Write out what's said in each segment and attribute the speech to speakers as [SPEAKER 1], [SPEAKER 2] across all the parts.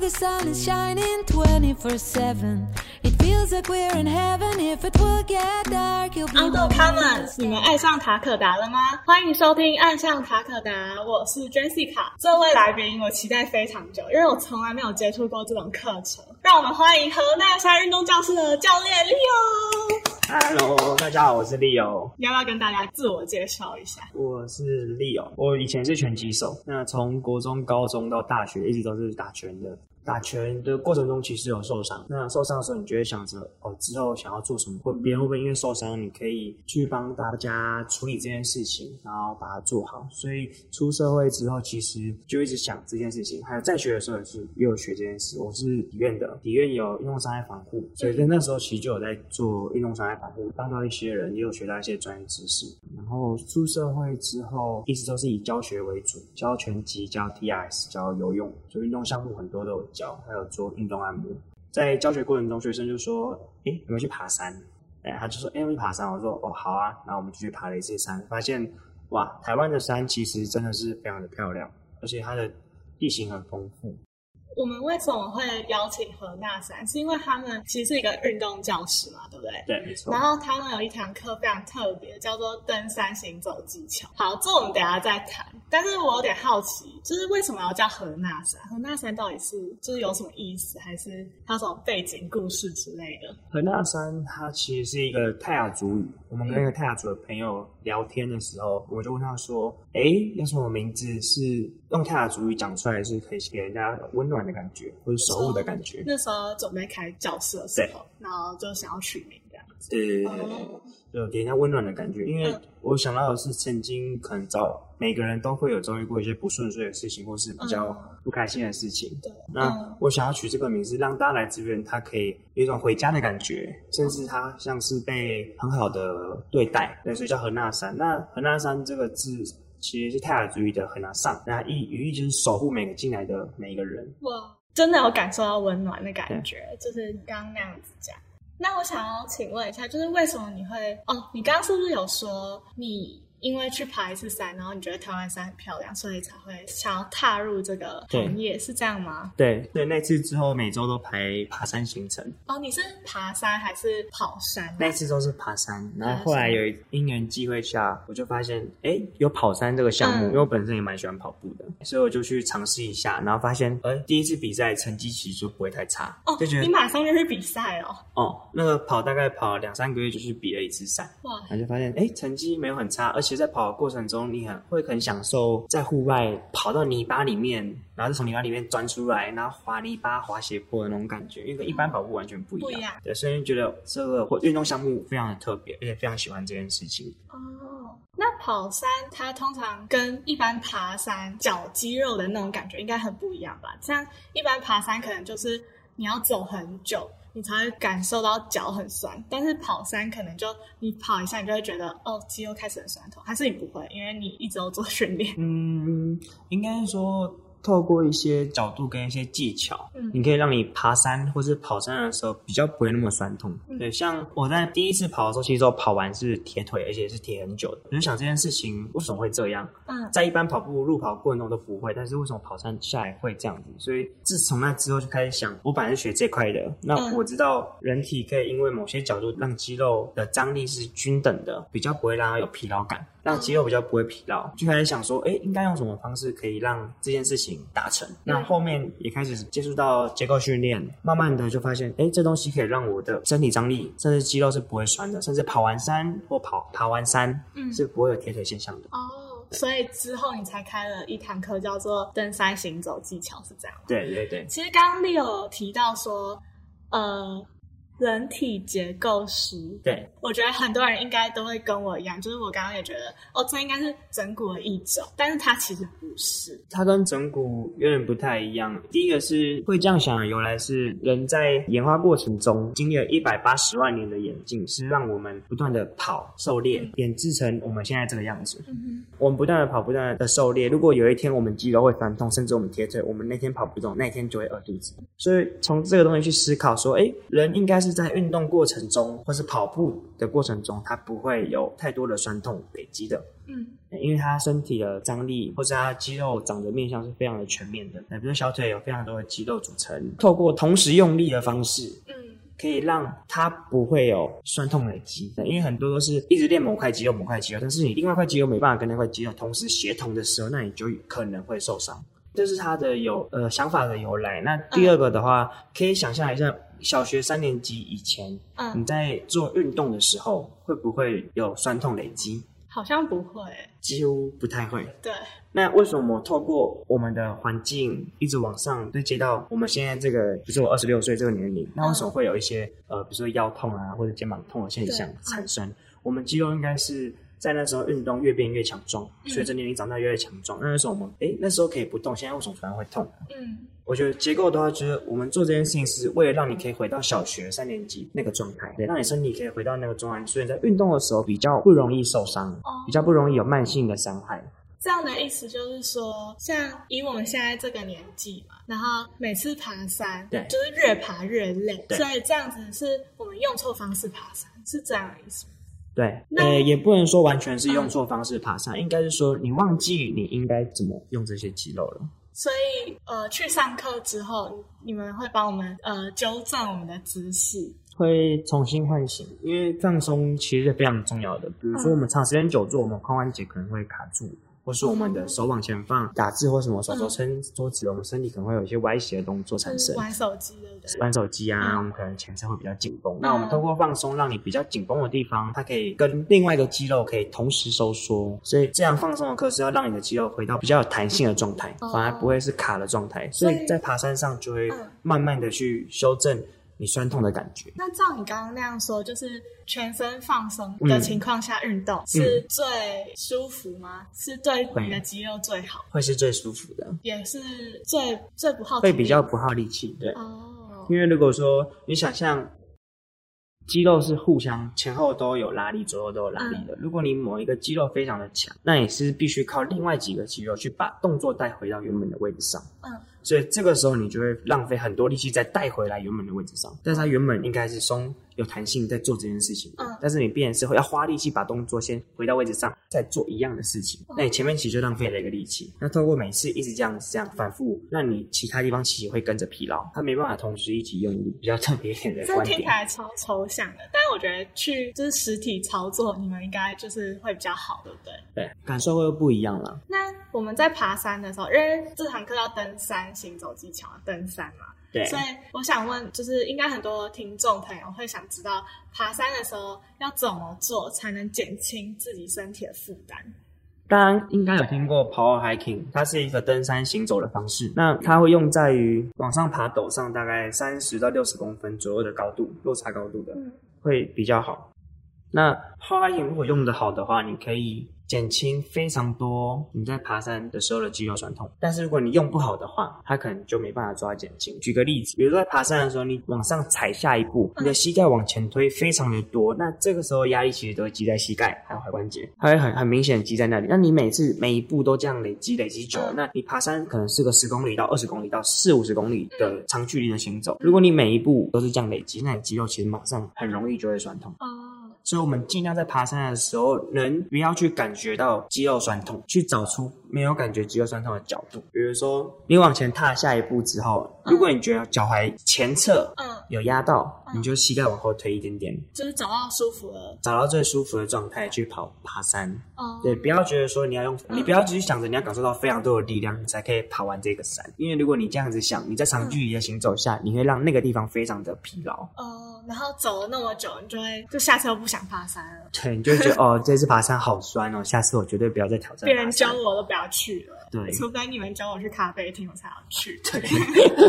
[SPEAKER 1] the sun is shining 24 7. It feels like we're in heaven. If it will get dark, you'll be
[SPEAKER 2] 安豆
[SPEAKER 1] walking
[SPEAKER 2] 他
[SPEAKER 1] in the
[SPEAKER 2] 们，你们爱上塔可达了吗？欢迎收听《爱上塔可达》，我是 Jessica。这位来宾我期待非常久，因为我从来没有接触过这种课程。让我们欢迎河南山运动教室的教练 Leo。
[SPEAKER 3] Hello，大家好，我是 Leo，
[SPEAKER 2] 你要不要跟大家自我介绍一下？
[SPEAKER 3] 我是 Leo，我以前是拳击手，那从国中、高中到大学一直都是打拳的。打拳的过程中其实有受伤，那受伤的时候你就会想着哦，之后想要做什么，或别人会不会因为受伤，你可以去帮大家处理这件事情，然后把它做好。所以出社会之后，其实就一直想这件事情，还有在学的时候也是也有学这件事。我是体院的，体院有运动伤害防护，所以在那时候其实就有在做运动伤害防护，帮到一些人，也有学到一些专业知识。然后出社会之后，一直都是以教学为主，教拳击、教 TRS、教游泳，就运动项目很多都有教，还有做运动按摩。在教学过程中，学生就说：“诶，有没有去爬山？”哎、他就说：“哎、我去爬山。”我说：“哦，好啊。”然后我们就去爬了一次山，发现哇，台湾的山其实真的是非常的漂亮，而且它的地形很丰富。
[SPEAKER 2] 我们为什么会邀请何纳山？是因为他们其实是一个运动教室嘛，对不对？
[SPEAKER 3] 对，没错
[SPEAKER 2] 然。后他们有一堂课非常特别，叫做登山行走技巧。好，这我们等一下再谈。但是我有点好奇，就是为什么要叫何纳山？何纳山到底是就是有什么意思，还是它有什么背景故事之类的？
[SPEAKER 3] 和那山它其实是一个泰雅族语。我们跟一个泰雅族的朋友聊天的时候，我就问他说：“哎，有什么名字是用泰雅族语讲出来是可以给人家温暖的感觉，或者守护的感觉
[SPEAKER 2] 那时候准备开教室的时候，然后就想要取名这样。？”
[SPEAKER 3] 对，
[SPEAKER 2] 哦
[SPEAKER 3] 就给人家温暖的感觉。因为
[SPEAKER 2] 嗯
[SPEAKER 3] 我想到的是，曾经可能遭每个人都会有遭遇过一些不顺遂的事情，或是比较不开心的事情。
[SPEAKER 2] 嗯对，嗯
[SPEAKER 3] 那我想要取这个名字，让大家来这边，他可以有一种回家的感觉，甚至他像是被很好的对待，对，所以叫和那山。那和那山这个字其实是泰雅族语的和那上，那意语义就是守护每个进来的每一个人。
[SPEAKER 2] 我真的有感受到温暖的感觉，就是你刚刚那样子讲。那我想要请问一下，就是为什么你会哦？你刚刚是不是有说你因为去爬一次山，然后你觉得台湾山很漂亮，所以才会想要踏入这个行业，是这样吗？
[SPEAKER 3] 对对，那次之后每周都排爬山行程，
[SPEAKER 2] 哦，你是爬山还是跑山啊？
[SPEAKER 3] 那次都是爬山，然后后来有一因缘际会下，我就发现，哎、有跑山这个项
[SPEAKER 2] 嗯
[SPEAKER 3] 目，因为我本身也蛮喜欢跑步的，所以我就去尝试一下，然后发现，呃，第一次比赛成绩其实就不会太差，
[SPEAKER 2] 哦
[SPEAKER 3] 就觉，
[SPEAKER 2] 你
[SPEAKER 3] 得，
[SPEAKER 2] 马上就去比赛哦，
[SPEAKER 3] 哦，那个跑大概跑两三个月就去比了一次赛，
[SPEAKER 2] 哇！
[SPEAKER 3] 然后就发现，哎、成绩没有很差，而且在跑的过程中，你很会很享受在户外跑到泥巴里面，然后再从泥巴里面钻出来，然后滑泥巴、滑斜坡的那种感觉，因为跟一般跑步完全不一样。
[SPEAKER 2] 不一样
[SPEAKER 3] 对，所以觉得这个运动项目非常的特别，而且非常喜欢这件事情。
[SPEAKER 2] 哦，那跑山它通常跟一般爬山脚肌肉的那种感觉应该很不一样吧？像一般爬山可能就是你要走很久，你才会感受到脚很酸，但是跑山可能就你跑一下，你就会觉得哦，肌肉开始很酸痛，还是你不会，因为你一直都做训练。
[SPEAKER 3] 嗯，应该说透过一些角度跟一些技巧，
[SPEAKER 2] 嗯
[SPEAKER 3] 你可以让你爬山或是跑山的时候比较不会那么酸痛。
[SPEAKER 2] 嗯
[SPEAKER 3] 对，像我在第一次跑的时候，其实我跑完是铁腿，而且是铁很久的。我就想这件事情为什么会这样？
[SPEAKER 2] 嗯，
[SPEAKER 3] 在一般跑步路跑过程中都不会，但是为什么跑山下来会这样子？所以自从那之后就开始想，我本来是学这块的，那
[SPEAKER 2] 嗯
[SPEAKER 3] 我知道人体可以因为某些角度让肌肉的张力是均等的，比较不会让它有疲劳感，让肌肉比较不会疲劳，就开始想说，哎、应该用什么方式可以让这件事情达成？那后面也开始接触到结构训练，慢慢的就发现，哎、这东西可以让我的身体张力，甚至肌肉是不会酸的，甚至跑完山或跑爬完山，
[SPEAKER 2] 嗯
[SPEAKER 3] 是不会有铁腿现象的。
[SPEAKER 2] 哦，所以之后你才开了一堂课叫做登山行走技巧，是这样吗？
[SPEAKER 3] 对对对。
[SPEAKER 2] 其实刚刚 Leo 有提到说，呃，人体结构师，
[SPEAKER 3] 对，
[SPEAKER 2] 我觉得很多人应该都会跟我一样，就是我刚刚也觉得，哦，这应该是整骨的一种，但是它其实不是。
[SPEAKER 3] 它跟整骨有点不太一样。第一个是会这样想的由来是，人在演化过程中经历了一百八十万年的演进，是让我们不断的跑、狩猎，演制成我们现在这个样子。
[SPEAKER 2] 嗯
[SPEAKER 3] 我们不断的跑，不断的狩猎。如果有一天我们肌肉会酸痛，甚至我们贴腿，我们那天跑不动，那一天就会饿肚子。所以从这个东西去思考说，哎，人应该是是在运动过程中或是跑步的过程中，它不会有太多的酸痛累积的。
[SPEAKER 2] 嗯
[SPEAKER 3] 因为他身体的张力或是他肌肉长的面相是非常的全面的，那比如小腿有非常多的肌肉组成，透过同时用力的方式，
[SPEAKER 2] 嗯
[SPEAKER 3] 可以让它不会有酸痛累积，因为很多都是一直练某块肌肉、某块肌肉，但是你另外一块肌肉没办法跟那块肌肉同时协同的时候，那你就可能会受伤。这是他的有呃想法的由来。那第二个的话，可以想象一下，小学三年级以前你
[SPEAKER 2] 嗯，
[SPEAKER 3] 在做运动的时候，会不会有酸痛累积？
[SPEAKER 2] 好像不会欸，
[SPEAKER 3] 几乎不太会。
[SPEAKER 2] 对，
[SPEAKER 3] 那为什么透过我们的环境一直往上对接到我们现在这个，比如说我二十六岁这个年
[SPEAKER 2] 嗯
[SPEAKER 3] 龄，那为什么会有一些呃，比如说腰痛啊或者肩膀痛的现象
[SPEAKER 2] 对
[SPEAKER 3] 产生？我们肌肉应该是在那时候运动越变越强壮，
[SPEAKER 2] 嗯
[SPEAKER 3] 随着年龄长大越来越强壮。那那时候我们诶，那时候可以不动，现在为什么突然会痛？
[SPEAKER 2] 嗯
[SPEAKER 3] 我觉得结构的话，就是我们做这件事情是为了让你可以回到小学三年级那个状态，对，让你身体可以回到那个状态，所以在运动的时候比较不容易受伤，
[SPEAKER 2] 哦
[SPEAKER 3] 比较不容易有慢性的伤害。
[SPEAKER 2] 这样的意思就是说，像以我们现在这个年纪嘛，然后每次爬山，
[SPEAKER 3] 对
[SPEAKER 2] 就是越爬越累，
[SPEAKER 3] 对
[SPEAKER 2] 所以这样子是我们用错方式爬山，是这样的意思吗。
[SPEAKER 3] 对，
[SPEAKER 2] 那
[SPEAKER 3] 呃，也不能说完全是用错方式爬山，应该是说你忘记你应该怎么用这些肌肉了。
[SPEAKER 2] 所以，呃，去上课之后，你们会帮我们呃纠正我们的姿势。
[SPEAKER 3] 会重新唤醒，因为放松其实是非常重要的。比如
[SPEAKER 2] 嗯
[SPEAKER 3] 说我们长时间久坐，我们髋关节可能会卡住，或是我们
[SPEAKER 2] 嗯
[SPEAKER 3] 的手往前放、打字或什么手肘撑桌子，我们身体可能会有一些歪斜的动作产
[SPEAKER 2] 就是
[SPEAKER 3] 生。
[SPEAKER 2] 玩手机，对不对？
[SPEAKER 3] 玩手机
[SPEAKER 2] 嗯
[SPEAKER 3] 啊，我们可能前侧会比较紧绷。那我们通过放松，让你比较紧绷的地方，它可以跟另外一个肌肉可以同时收缩，所以这样放松的课是要让你的肌肉回到比较有弹性的状态，
[SPEAKER 2] 哦
[SPEAKER 3] 反而不会是卡的状态。
[SPEAKER 2] 所
[SPEAKER 3] 所
[SPEAKER 2] 以
[SPEAKER 3] 以在爬山上就会
[SPEAKER 2] 嗯
[SPEAKER 3] 慢慢的去修正你酸痛的感觉。
[SPEAKER 2] 那照你刚刚那样说，就是全身放松
[SPEAKER 3] 嗯
[SPEAKER 2] 的情况下运动、是最舒服吗？是对你的肌肉最好，
[SPEAKER 3] 会是最舒服的，
[SPEAKER 2] 也是最最不耗体
[SPEAKER 3] 会
[SPEAKER 2] 力
[SPEAKER 3] 比较嗯不耗力气。对，
[SPEAKER 2] 哦，
[SPEAKER 3] 因为如果说你想象肌肉是互相前后都有拉力，左右都有拉力的。如果你某一个肌肉非常的强，那你是必须靠另外几个肌肉去把动作带回到原本的位置上。
[SPEAKER 2] 嗯，
[SPEAKER 3] 所以这个时候你就会浪费很多力气再带回来原本的位置上，但是它原本应该是松有弹性在做这件事情的，
[SPEAKER 2] 嗯
[SPEAKER 3] 但是你变成是会要花力气把动作先回到位置上，再做一样的事
[SPEAKER 2] 嗯
[SPEAKER 3] 情，那你前面其实就浪费了一个力气。那透过每次一直这样这样反复，那你其他地方其实会跟着疲劳，它没办法同时一起用力，比较特别一点的
[SPEAKER 2] 这
[SPEAKER 3] 观
[SPEAKER 2] 听起
[SPEAKER 3] 点。
[SPEAKER 2] 来超抽象的，但我觉得去就是实体操作，你们应该就是会比较好，对不对？
[SPEAKER 3] 对，感受会不一样了。
[SPEAKER 2] 那我们在爬山的时候，因为这堂课要登山行走技巧，登山嘛，
[SPEAKER 3] 对，
[SPEAKER 2] 所以我想问，就是应该很多听众朋友会想知道，爬山的时候要怎么做才能减轻自己身体的负担？
[SPEAKER 3] 大家应该有听过 power hiking，它是一个登山行走的方式。那它会用在于往上爬陡上大概三十到六十公分左右的高度，落差高度的
[SPEAKER 2] 嗯
[SPEAKER 3] 会比较好。那 power hiking 如果用的好的话，你可以减轻非常多你在爬山的时候的肌肉酸痛。但是如果你用不好的话，它可能就没办法抓减轻。举个例子，比如说在爬山的时候，你往上踩下一步，你的膝盖往前推非常的多，那这个时候压力其实都会积在膝盖还有踝关节，它会很很明显的积在那里。那你每次每一步都这样累积累积久了，那你爬山可能是个十公里到二十公里到四五十公里的长距离的行走，如果你每一步都是这样累积，那你肌肉其实马上很容易就会酸痛。
[SPEAKER 2] 哦，
[SPEAKER 3] 所以，我们尽量在爬山的时候，能不要去感觉到肌肉酸痛，去找出没有感觉肌肉酸痛的角度。比如说，你往前踏下一步之后，如果你觉得脚踝前侧
[SPEAKER 2] 嗯，
[SPEAKER 3] 有压到，
[SPEAKER 2] 嗯
[SPEAKER 3] 你就膝盖往后推一点点，
[SPEAKER 2] 就是找到舒服的
[SPEAKER 3] 找到最舒服的状态去跑爬山。
[SPEAKER 2] 哦，嗯
[SPEAKER 3] 对，不要觉得说你要用，你不要只是想着你要感受到非常多的力量，你才可以爬完这个山。因为如果你这样子想，你在长距离的行走下，你会让那个地方非常的疲劳。
[SPEAKER 2] 哦，然后走了那么久，你就会就下次又不想爬山了，
[SPEAKER 3] 对，你就会觉得哦，这次爬山好酸哦，下次我绝对不要再挑战。
[SPEAKER 2] 别人教我都不要去了，
[SPEAKER 3] 对
[SPEAKER 2] 除非你们教我去咖啡厅，我才要去。
[SPEAKER 3] 对，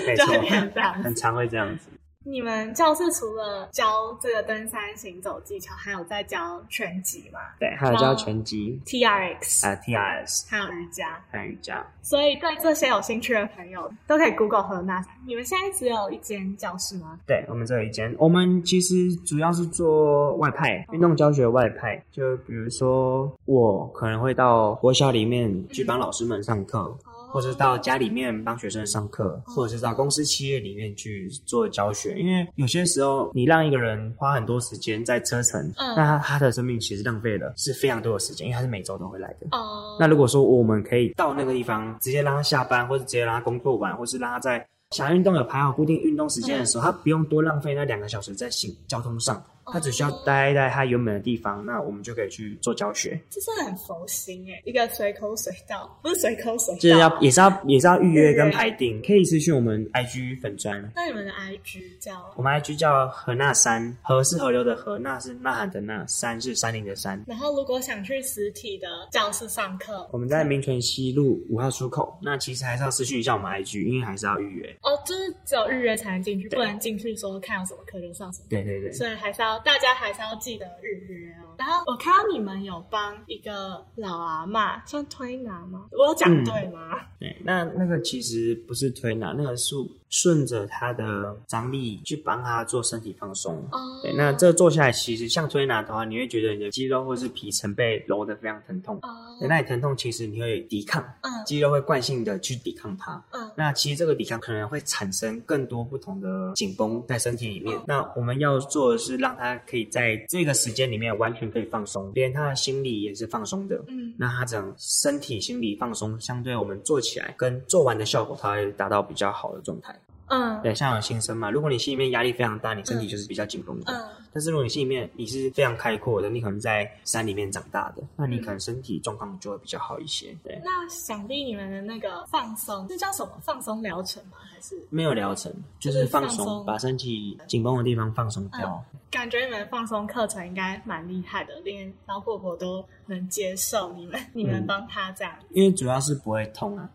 [SPEAKER 3] 没
[SPEAKER 2] 就
[SPEAKER 3] 错
[SPEAKER 2] 会
[SPEAKER 3] 嗯
[SPEAKER 2] 变成这样子，
[SPEAKER 3] 很常会这样子。
[SPEAKER 2] 你们教室除了教这个登山行走技巧，还有在教拳击嘛
[SPEAKER 3] 对，还有教拳击
[SPEAKER 2] ？T R X，、
[SPEAKER 3] 啊、t r s
[SPEAKER 2] 还有瑜伽。
[SPEAKER 3] 还有瑜伽。
[SPEAKER 2] 所以对这些有兴趣的朋友，都可以 Google 和那。你们现在只有一间教室吗？
[SPEAKER 3] 对我们这有一间，我们其实主要是做外派运动教学的外派，就比如说我可能会到国小里面去帮老师们上课，或者到家里面帮学生上课，或者是到公司企业里面去做教学。因为有些时候你让一个人花很多时间在车程，
[SPEAKER 2] 嗯
[SPEAKER 3] 那他他的生命其实浪费了是非常多的时间，因为他是每周都会来的。
[SPEAKER 2] 哦，
[SPEAKER 3] 那如果说我们可以到那个地方，直接让他下班，或者直接让他工作完，或是让他在想运动有排好固定运动时间的时候，他不用多浪费那两个小时在行交通上，他只需要待在他原本的地方，那我们就可以去做教学，
[SPEAKER 2] 这是很佛心哎，一个随口随到，不是随口随到，
[SPEAKER 3] 就是要也是要也是要预约跟排定，可以私讯我们 IG 粉砖。
[SPEAKER 2] 那你们的 IG 叫
[SPEAKER 3] 我，们 IG 叫河那山，河是河流的河，那是呐喊的呐，山是山林的山。
[SPEAKER 2] 然后如果想去实体的教室上课，
[SPEAKER 3] 我们在民权西路五号出口，那其实还是要私讯一下我们 IG，因为还是要预约。
[SPEAKER 2] 哦，就是只有预约才能进去，
[SPEAKER 3] 对
[SPEAKER 2] 不能进去说看有什么课就上什么课。
[SPEAKER 3] 对对对，
[SPEAKER 2] 所以还是要大家还是要记得预约哦。然后我看到你们有帮一个老阿嬷算推拿吗？我有讲
[SPEAKER 3] 嗯
[SPEAKER 2] 对吗？
[SPEAKER 3] 对，那那个其实不是推拿，那个是顺着他的张力去帮他做身体放松。
[SPEAKER 2] 哦
[SPEAKER 3] 对，那这做下来，其实像推拿的话，你会觉得你的肌肉或是皮层被揉得非常疼痛。
[SPEAKER 2] 哦
[SPEAKER 3] 对，那你疼痛其实你会抵抗，
[SPEAKER 2] 嗯
[SPEAKER 3] 肌肉会惯性的去抵抗它。
[SPEAKER 2] 嗯
[SPEAKER 3] 那其实这个抵抗可能会产生更多不同的紧绷在身体里面。那我们要做的是让他可以在这个时间里面完全可以放松，连他的心理也是放松的。
[SPEAKER 2] 嗯
[SPEAKER 3] 那他整身体、心理放松，相对我们做起来跟做完的效果，它会达到比较好的状态。
[SPEAKER 2] 嗯
[SPEAKER 3] 对，像有新生嘛，如果你心里面压力非常大，你身体就是比较紧绷的。
[SPEAKER 2] 嗯
[SPEAKER 3] 但是如果你心里面你是非常开阔的，你可能在山里面长大
[SPEAKER 2] 嗯
[SPEAKER 3] 的，那你可能身体状况就会比较好一些。对，
[SPEAKER 2] 那想必你们的那个放松，这叫什么放松疗程吗？还是
[SPEAKER 3] 没有疗程，就
[SPEAKER 2] 就是是放
[SPEAKER 3] 放松，
[SPEAKER 2] 松嗯
[SPEAKER 3] 把身体紧绷的地方放松掉。
[SPEAKER 2] 感觉你们放松课程应该蛮厉害的，连老婆婆都能接受你们，你们帮她这样、
[SPEAKER 3] 因为主要是不会痛啊，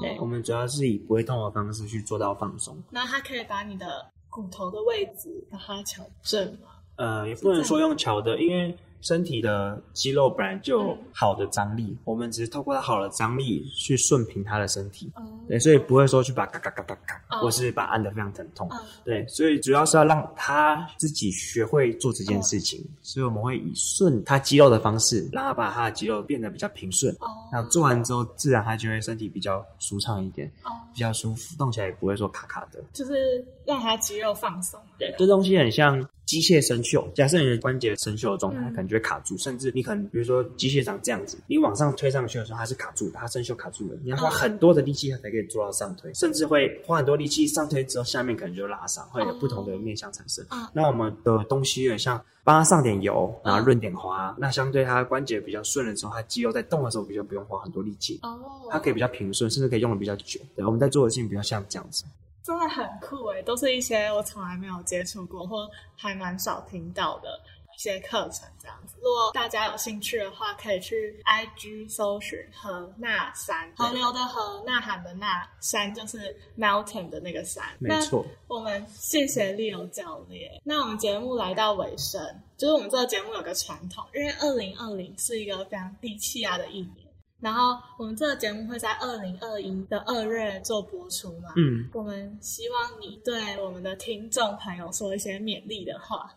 [SPEAKER 3] 对，我
[SPEAKER 2] 嗯哦。
[SPEAKER 3] 们主要是以不会痛的方式去做到放松。
[SPEAKER 2] 那她可以把你的骨头的位置把它调正吗？
[SPEAKER 3] 呃，也不能说用巧的，因为身体的肌肉本来就有好的张力，
[SPEAKER 2] 嗯
[SPEAKER 3] 我们只是透过它好的张力去顺平它的身体。
[SPEAKER 2] 哦
[SPEAKER 3] 对，所以不会说去把嘎嘎嘎嘎嘎，
[SPEAKER 2] 嗯
[SPEAKER 3] 或是把它按得非常疼痛。
[SPEAKER 2] 嗯
[SPEAKER 3] 对，所以主要是要让他自己学会做这件事
[SPEAKER 2] 哦
[SPEAKER 3] 情，所以我们会以顺他肌肉的方式，让他把他的肌肉变得比较平顺。
[SPEAKER 2] 哦
[SPEAKER 3] 那做完之后，自然他就会身体比较舒畅一点，
[SPEAKER 2] 哦，
[SPEAKER 3] 比较舒服，动起来也不会说卡卡的。
[SPEAKER 2] 就是让她肌肉放松。
[SPEAKER 3] 对，这东西很像机械生锈。假设你的关节生锈的状态，
[SPEAKER 2] 嗯
[SPEAKER 3] 它可能就会卡住，甚至你可能比如说机械长这样子，你往上推上去的时候，它是卡住的，它生锈卡住了，你要花
[SPEAKER 2] 嗯
[SPEAKER 3] 很多的力气才可以做到上推，甚至会花很多力气上推之后，下面可能就拉伤，会有不同的面向产生。
[SPEAKER 2] 嗯
[SPEAKER 3] 那我们的东西有点像帮它上点油，然后润点滑，那相对它关节比较顺的时候，它肌肉在动的时候比较不用花很多力气。
[SPEAKER 2] 哦
[SPEAKER 3] 它可以比较平顺，甚至可以用的比较久。对，我们在做的事情比较像这样子。
[SPEAKER 2] 真的很酷诶，都是一些我从来没有接触过或还蛮少听到的一些课程这样子。如果大家有兴趣的话，可以去 IG 搜寻河那山，河流的河，呐喊的呐，山就是 mountain 的那个山。
[SPEAKER 3] 没错。
[SPEAKER 2] 我们谢谢丽友教练。那我们节目来到尾声，就是我们这个节目有个传统，因为二零二零是一个非常低气压的一年，然后我们这个节目会在二零二一的二月做播出嘛。
[SPEAKER 3] 嗯，
[SPEAKER 2] 我们希望你对我们的听众朋友说一些勉励的话。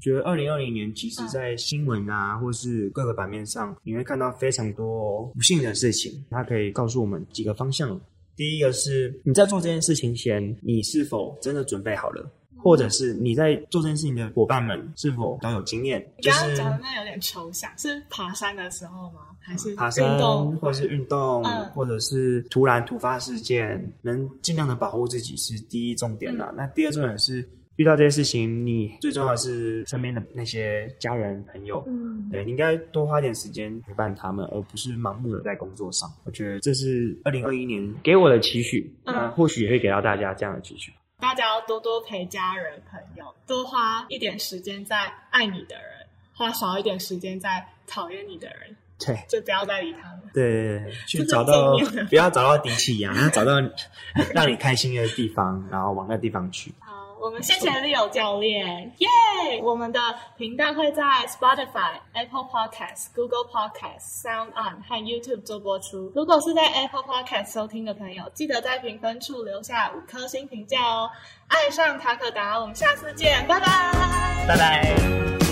[SPEAKER 3] 觉得二零二零年，其实
[SPEAKER 2] 嗯
[SPEAKER 3] 在新闻啊，或是各个版面上，你会看到非常多不幸的事情。它可以告诉我们几个方向。第一个是你在做这件事情前，你是否真的准备好了，
[SPEAKER 2] 嗯
[SPEAKER 3] 或者是你在做这件事情的伙伴们是否都有经验？
[SPEAKER 2] 你
[SPEAKER 3] 就
[SPEAKER 2] 刚刚
[SPEAKER 3] 是
[SPEAKER 2] 讲的那有点抽象，是爬山的时候吗？还是
[SPEAKER 3] 爬
[SPEAKER 2] 运
[SPEAKER 3] 山
[SPEAKER 2] 动，
[SPEAKER 3] 或者是运动
[SPEAKER 2] 嗯，
[SPEAKER 3] 或者是突然突发事件，能尽量的保护自己是第一重点啦。
[SPEAKER 2] 嗯
[SPEAKER 3] 那第二重点是遇到这些事情，你最重要的是身边的那些家人朋友，
[SPEAKER 2] 嗯，
[SPEAKER 3] 对，你应该多花点时间陪伴他们，而不是盲目的在工作上。我觉得这是二零二一年给我的期许，
[SPEAKER 2] 嗯
[SPEAKER 3] 那或许也会给到大家这样的期许。
[SPEAKER 2] 大家要多多陪家人朋友，多花一点时间在爱你的人，花少一点时间在讨厌你的人，
[SPEAKER 3] 对。
[SPEAKER 2] 就不要再理他们。
[SPEAKER 3] 对，对对去
[SPEAKER 2] 这是
[SPEAKER 3] 找到
[SPEAKER 2] 正面的
[SPEAKER 3] 不要找到敌气呀，要找到让你开心的地方，然后往那地方去。
[SPEAKER 2] 好，我们谢谢 Leo 教练，耶、我们的频道会在 Spotify、Apple Podcast、Google Podcast、Sound On 和 YouTube 做播出。如果是在 Apple Podcast 收听的朋友，记得在评分处留下五颗星评价哦。爱上塔可达，我们下次见，拜拜。
[SPEAKER 3] 拜拜。